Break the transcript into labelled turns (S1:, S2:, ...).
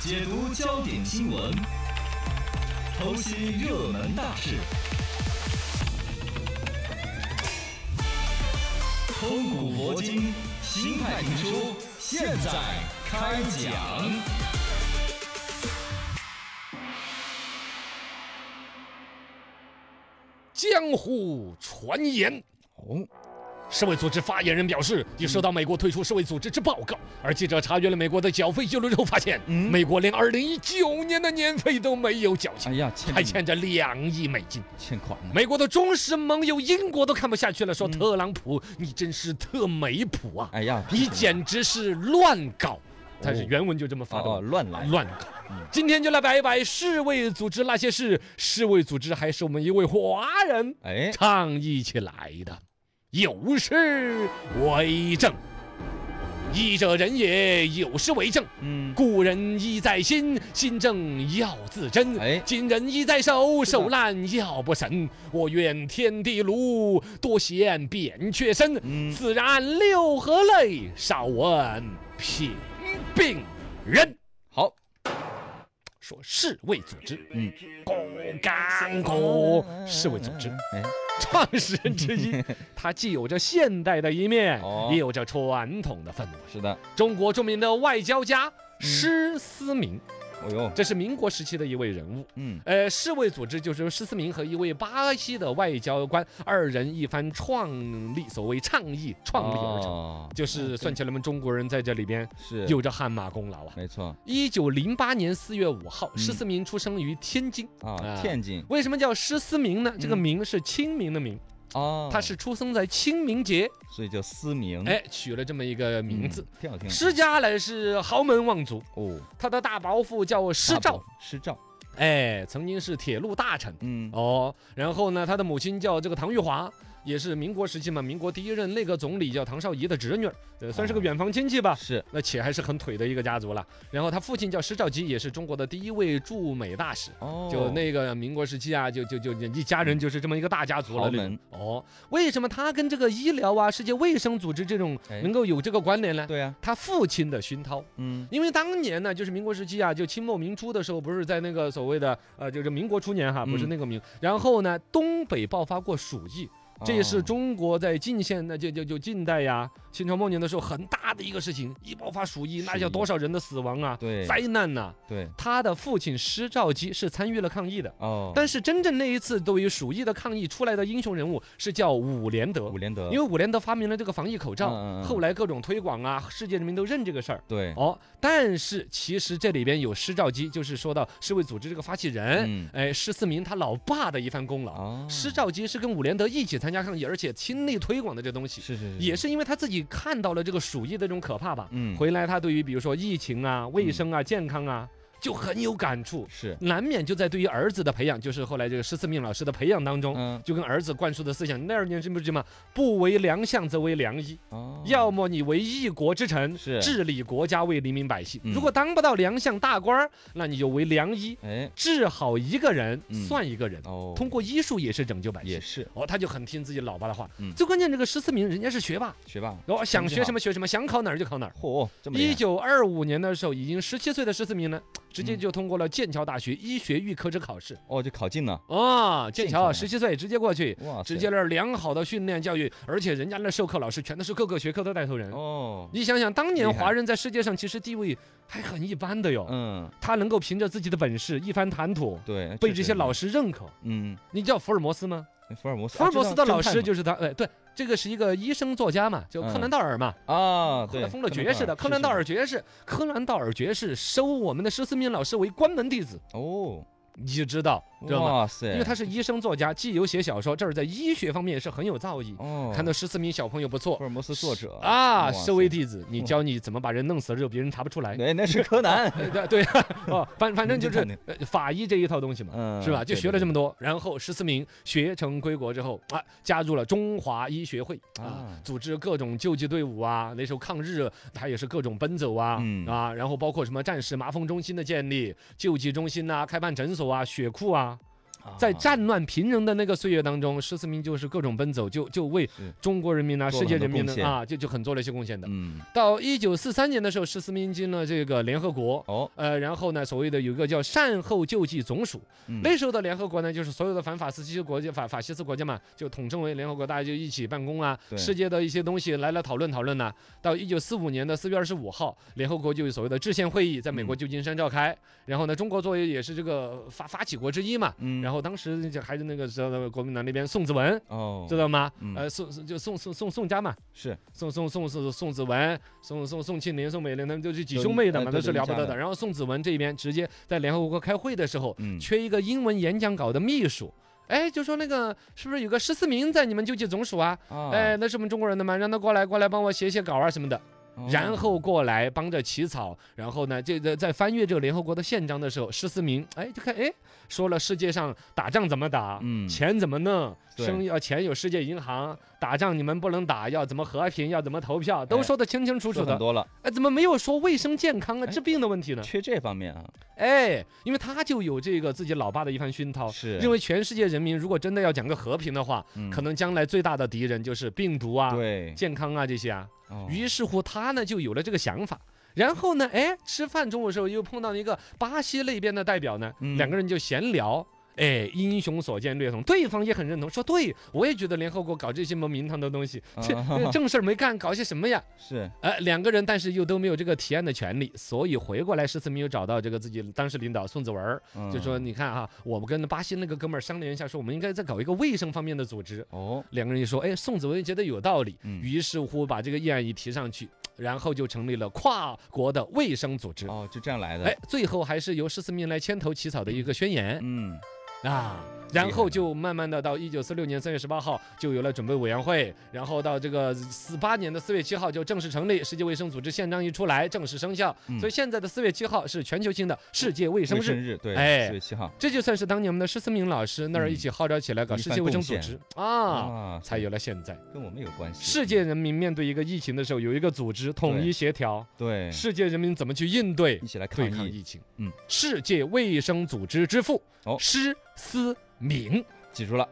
S1: 解读焦点新闻，剖析热门大事，通古博今，新派评书，现在开讲。
S2: 江湖传言。
S3: 哦，
S2: 世卫组织发言人表示，已收到美国退出世卫组织之报告，而记者查阅了美国的缴费记录之后，发现，
S3: 嗯
S2: 美国连2019年的年费都没有缴
S3: 哎
S2: 清，
S3: 呀，欠
S2: 还欠着两亿美金。
S3: 欠款呢。
S2: 美国的忠实盟友英国都看不下去了，说特朗普，你真是特没谱啊！
S3: 哎呀，
S2: 你简直是乱搞。但是
S3: 哦
S2: 原文就这么发的嘛
S3: 哦，乱来，
S2: 乱搞。今天就来摆一摆世卫组织那些事，世卫组织还是我们一位华人
S3: 哎，
S2: 倡议起来的，有诗为证。医者仁也，有诗为证。
S3: 嗯，
S2: 古人医在心，心正要自珍。
S3: 哎
S2: 今人医在手，
S3: 是的
S2: 手烂药不神。我愿天地炉，多嫌扁鹊身。
S3: 嗯
S2: 自然六合泪，少闻贫病人。
S3: 好，
S2: 说世卫组织，
S3: 嗯，
S2: 各干各世卫组织。
S3: 哎，
S2: 创始人之 一，他既有着现代的一面，
S3: 哦
S2: 也有着传统的氛围。
S3: 是的，
S2: 中国著名的外交家施思明，
S3: 哦呦，
S2: 这是民国时期的一位人物。
S3: 嗯，
S2: 呃，世卫组织就是施思明和一位巴西的外交官二人一番创立，所谓倡议创立而成，
S3: 哦
S2: 就是算起来我们中国人在这里边
S3: 是，
S2: 有着汗马功劳啊。
S3: 没错
S2: 一九零八年四月五号，
S3: 嗯
S2: 施思明出生于天津。
S3: 啊，
S2: 啊
S3: 天津
S2: 为什么叫施思明呢？这个
S3: 嗯
S2: 明是清明的明，
S3: 哦，
S2: 他是，出生在清明节，
S3: 所以叫思明，
S2: 哎，取了这么一个
S3: 嗯，
S2: 名字。
S3: 挺好听，
S2: 施家乃是豪门望族，
S3: 哦，
S2: 他的大伯父叫施
S3: 大
S2: 肇
S3: 伯，，施照，
S2: 哎，曾经是铁路大臣
S3: 嗯，
S2: 哦。然后呢，他的母亲叫这个唐玉华，也是民国时期嘛，民国第一任内阁总理叫唐绍仪的侄女儿，呃，算是个
S3: 哦
S2: 远房亲戚吧。
S3: 是，
S2: 那且还是很腿的一个家族了。然后他父亲叫施肇基，也是中国的第一位驻美大使。
S3: 哦，
S2: 就那个民国时期啊，就就就一家人就是这么一个大家族了。
S3: 豪
S2: 那种
S3: 门
S2: 哦，为什么他跟这个医疗啊、世界卫生组织这种
S3: 哎
S2: 能够有这个关联呢？
S3: 对呀，
S2: 他父亲的熏陶，
S3: 嗯，
S2: 因为当年呢，就是民国时期啊，就清末民初的时候，不是在那个所谓的呃，就是民国初年哈，不是
S3: 嗯
S2: 那个民，然后呢，东北爆发过鼠疫，嗯
S3: 啊
S2: 这也
S3: 哦
S2: 是中国在近现那就就就近代呀，清朝末年的时候很大的一个事情，一爆发鼠疫，那
S3: 是
S2: 叫多少人的死亡啊，
S3: 对
S2: 灾难呐、
S3: 对，
S2: 他的父亲施肇基是参与了抗疫的。
S3: 哦，
S2: 但是真正那一次对于鼠疫的抗疫出来的英雄人物是叫伍连德
S3: 伍，连德，
S2: 因为伍连德发明了这个防疫口罩，
S3: 嗯嗯嗯嗯
S2: 后来各种推广啊，世界人民都认这个事儿。
S3: 对，
S2: 哦，但是其实这里边有施肇基，就是说到世卫组织这个发起人，
S3: 嗯，
S2: 哎，施思明他老爸的一番功劳。
S3: 哦，
S2: 施肇基是跟伍连德一起参加抗疫，而且亲力推广的这东西，
S3: 是是是，
S2: 也，是因为他自己看到了这个鼠疫的这种可怕吧。
S3: 嗯，
S2: 回来他对于比如说疫情啊、卫生啊、健康啊，就很有感触。
S3: 是，
S2: 难免就在对于儿子的培养，就是后来这个施思明老师的培养当中，
S3: 嗯，
S2: 就跟儿子灌输的思想。那二年是不是什么？不为良相，则为良医。
S3: 哦，
S2: 要么你为一国之臣，
S3: 是
S2: 治理国家，为黎民百姓。
S3: 嗯
S2: 如果当不到良相大官儿，那你就为良医，
S3: 哎，
S2: 治好一个人、
S3: 嗯
S2: 算一个人。
S3: 哦，
S2: 通过医术也是拯救百
S3: 也
S2: 姓。
S3: 是
S2: 哦，他就很听自己老爸的话。
S3: 嗯
S2: 最关键，这个施思明人家是学霸，
S3: 学霸，
S2: 哦，想
S3: 绩
S2: 学
S3: 好
S2: 什么学什么，想考哪儿就考哪儿。
S3: 嚯，这么厉
S2: 一
S3: 害
S2: 九二五年的时候，已经十七岁的施思明呢，直接
S3: 嗯
S2: 就通过了剑桥大学医学预科之考试。
S3: 哦，就考进了，
S2: 哦，剑
S3: 剑桥
S2: 桥
S3: 啊哦
S2: 十七岁直接过去，
S3: 哇塞，
S2: 直接了良好的训练教育，而且人家那授课老师全都是各个学科的带头人。
S3: 哦，
S2: 你想想，当年
S3: 厉害
S2: 华人在世界上其实地位还很一般的哟。
S3: 嗯，
S2: 他能够凭着自己的本事一番谈吐，
S3: 对，
S2: 被这些老
S3: 师，
S2: 师认可。
S3: 嗯，哎
S2: 你知道福尔摩斯吗？
S3: 福尔摩斯，
S2: 福尔摩斯的老
S3: 啊知
S2: 师
S3: 道
S2: 就是他，哎，对，这个是一个医生作家嘛，就柯南道尔嘛，
S3: 啊，
S2: 后
S3: 对
S2: 来，封了爵士的。柯南
S3: 是
S2: 道尔爵士，柯南道尔爵士收我们的施思明老师为关门弟子，
S3: 是哦，
S2: 你就知道，知道吗？
S3: 哇塞，
S2: 因为他是医生作家，既有写小说，这儿在医学方面也是很有造诣。
S3: 哦，
S2: 看到十四名小朋友不错
S3: 福尔摩斯作者
S2: 啊，
S3: 哇
S2: 收为
S3: 塞嗯
S2: 弟子，你
S3: 哇
S2: 教你怎么把人弄死了之后别人查不出来。，
S3: 哎， 那是柯南
S2: 呃对 对啊，哦，反反正
S3: 您
S2: 就
S3: 这
S2: 是
S3: 看的
S2: 呃法医这一套东西嘛。
S3: 嗯，
S2: 是吧？就
S3: 对
S2: 学了这么
S3: 对
S2: 多，然后十四名学成归国之后啊，加入了中华医学会啊
S3: 啊，
S2: 组织各种救济队伍啊。那时候抗日，他也是各种奔走啊
S3: 嗯
S2: 啊，然后包括什么战时麻风中心的建立、救济中心呐、开办诊所啊、血库啊。在战乱频仍的那个岁月当中，十四名就是各种奔走，就就为
S3: 是
S2: 中国人民啊、
S3: 做
S2: 世
S3: 了
S2: 界
S3: 很多
S2: 人民
S3: 贡
S2: 呢
S3: 献
S2: 啊，就就很做了一些贡献的。
S3: 嗯，
S2: 到一九四三年的时候，十四名进了这个联合国。
S3: 哦，
S2: 呃，然后呢，所谓的有一个叫善后救济总署，
S3: 嗯
S2: 那时候的联合国呢，就是所有的反法西斯国家、法法西斯国家嘛，就统称为联合国，大家就一起办公啊，
S3: 对
S2: 世界的一些东西来来讨论讨论呐、到一九四五年的四月二十五号，联合国就有所谓的制宪会议，在美国旧金山召开。然后呢，中国作为也是这个发发起国之一嘛，
S3: 嗯，
S2: 然
S3: 后
S2: 后当时就还是那个时候的国民党那边宋子文，
S3: 哦，
S2: 知道吗？
S3: 嗯
S2: 呃，宋宋就宋宋宋宋家嘛，
S3: 是
S2: 宋宋宋宋宋子文、宋宋宋庆龄、宋美龄，他们就是几
S3: 就
S2: 兄
S3: 一
S2: 妹的
S3: 呃
S2: 嘛，
S3: 对
S2: 都是
S3: 对
S2: 了
S3: 一
S2: 不
S3: 家
S2: 得的。
S3: 的
S2: 然后宋子文这边直接在联合国开会的时候，
S3: 嗯
S2: 缺一个英文演讲稿的秘书。哎，就说那个是不是有个十四名在你们救济总署啊？
S3: 啊，
S2: 哎，那是我们中国人的嘛，让他过来过来帮我写写稿啊什么的。
S3: 哦，
S2: 然后过来帮着起草，然后呢，这个在翻阅这个联合国的宪章的时候，十四名哎就看哎说了世界上打仗怎么打，
S3: 嗯
S2: 钱怎么弄，
S3: 对
S2: 生意要钱有世界银行，打仗你们不能打，要怎么和平，要怎么投票，都
S3: 哎
S2: 说的清清楚
S3: 说很
S2: 楚的。
S3: 多了，
S2: 哎，怎么没有说卫生健康啊
S3: 哎
S2: 治病的问题呢？
S3: 缺这方面啊，
S2: 哎，因为他就有这个自己老爸的一番熏陶。
S3: 是
S2: 哦认为全世界人民如果真的要讲个和平的话，
S3: 嗯
S2: 可能将来最大的敌人就是病毒啊、
S3: 对，
S2: 健康啊这些啊。
S3: 哦
S2: 于是乎，他呢就有了这个想法。然后呢，哎，吃饭中午的时候又碰到一个巴西那边的代表呢，
S3: 嗯
S2: 两个人就闲聊。哎，英雄所见略同，对方也很认同，说对我也觉得联合国搞这些么名堂的东西，这
S3: 啊
S2: 这正事儿没干，搞些什么呀？
S3: 是
S2: 哎，两个人但是又都没有这个提案的权利，所以回过来十四没有找到这个自己当时领导宋子文儿，就
S3: 嗯
S2: 说你看啊，我们跟巴西那个哥们儿商量一下，说我们应该再搞一个卫生方面的组织，
S3: 哦，
S2: 两个人一说，哎，宋子文也觉得有道理，
S3: 嗯
S2: 于是乎把这个议案一提上去，然后就成立了跨国的卫生组织。
S3: 哦，就这样来的，
S2: 哎，最后还是由十四名来牵头起草的一个宣言
S3: 嗯，
S2: 啊。
S3: 厉
S2: 然
S3: 害
S2: 后
S3: 了
S2: 就慢慢的到一九四六年三月十八号就有了准备委员会，然后到这个四八年的四月七号就正式成立世界卫生组织宪章一出来正式生效，
S3: 嗯
S2: 所以现在的四月七号是全球性的世界卫生
S3: 卫
S2: 日
S3: 生。日对，
S2: 哎
S3: 四月七号
S2: 这就算是当年我们的十四名老师那儿一
S3: 嗯
S2: 起号召起来搞
S3: 一
S2: 世
S3: 番
S2: 界卫生
S3: 贡
S2: 组
S3: 献
S2: 织啊，
S3: 啊
S2: 才有了现在。
S3: 跟我们有关系，
S2: 世界人民面对一个疫情的时候，有一个组织统一
S3: 对
S2: 协调，
S3: 对，
S2: 世界人民怎么去应对
S3: 一起来
S2: 对
S3: 抗
S2: 抗
S3: 议，
S2: 疫情。
S3: 嗯，
S2: 世界卫生组织之父
S3: 哦
S2: 施思明。
S3: 记住了。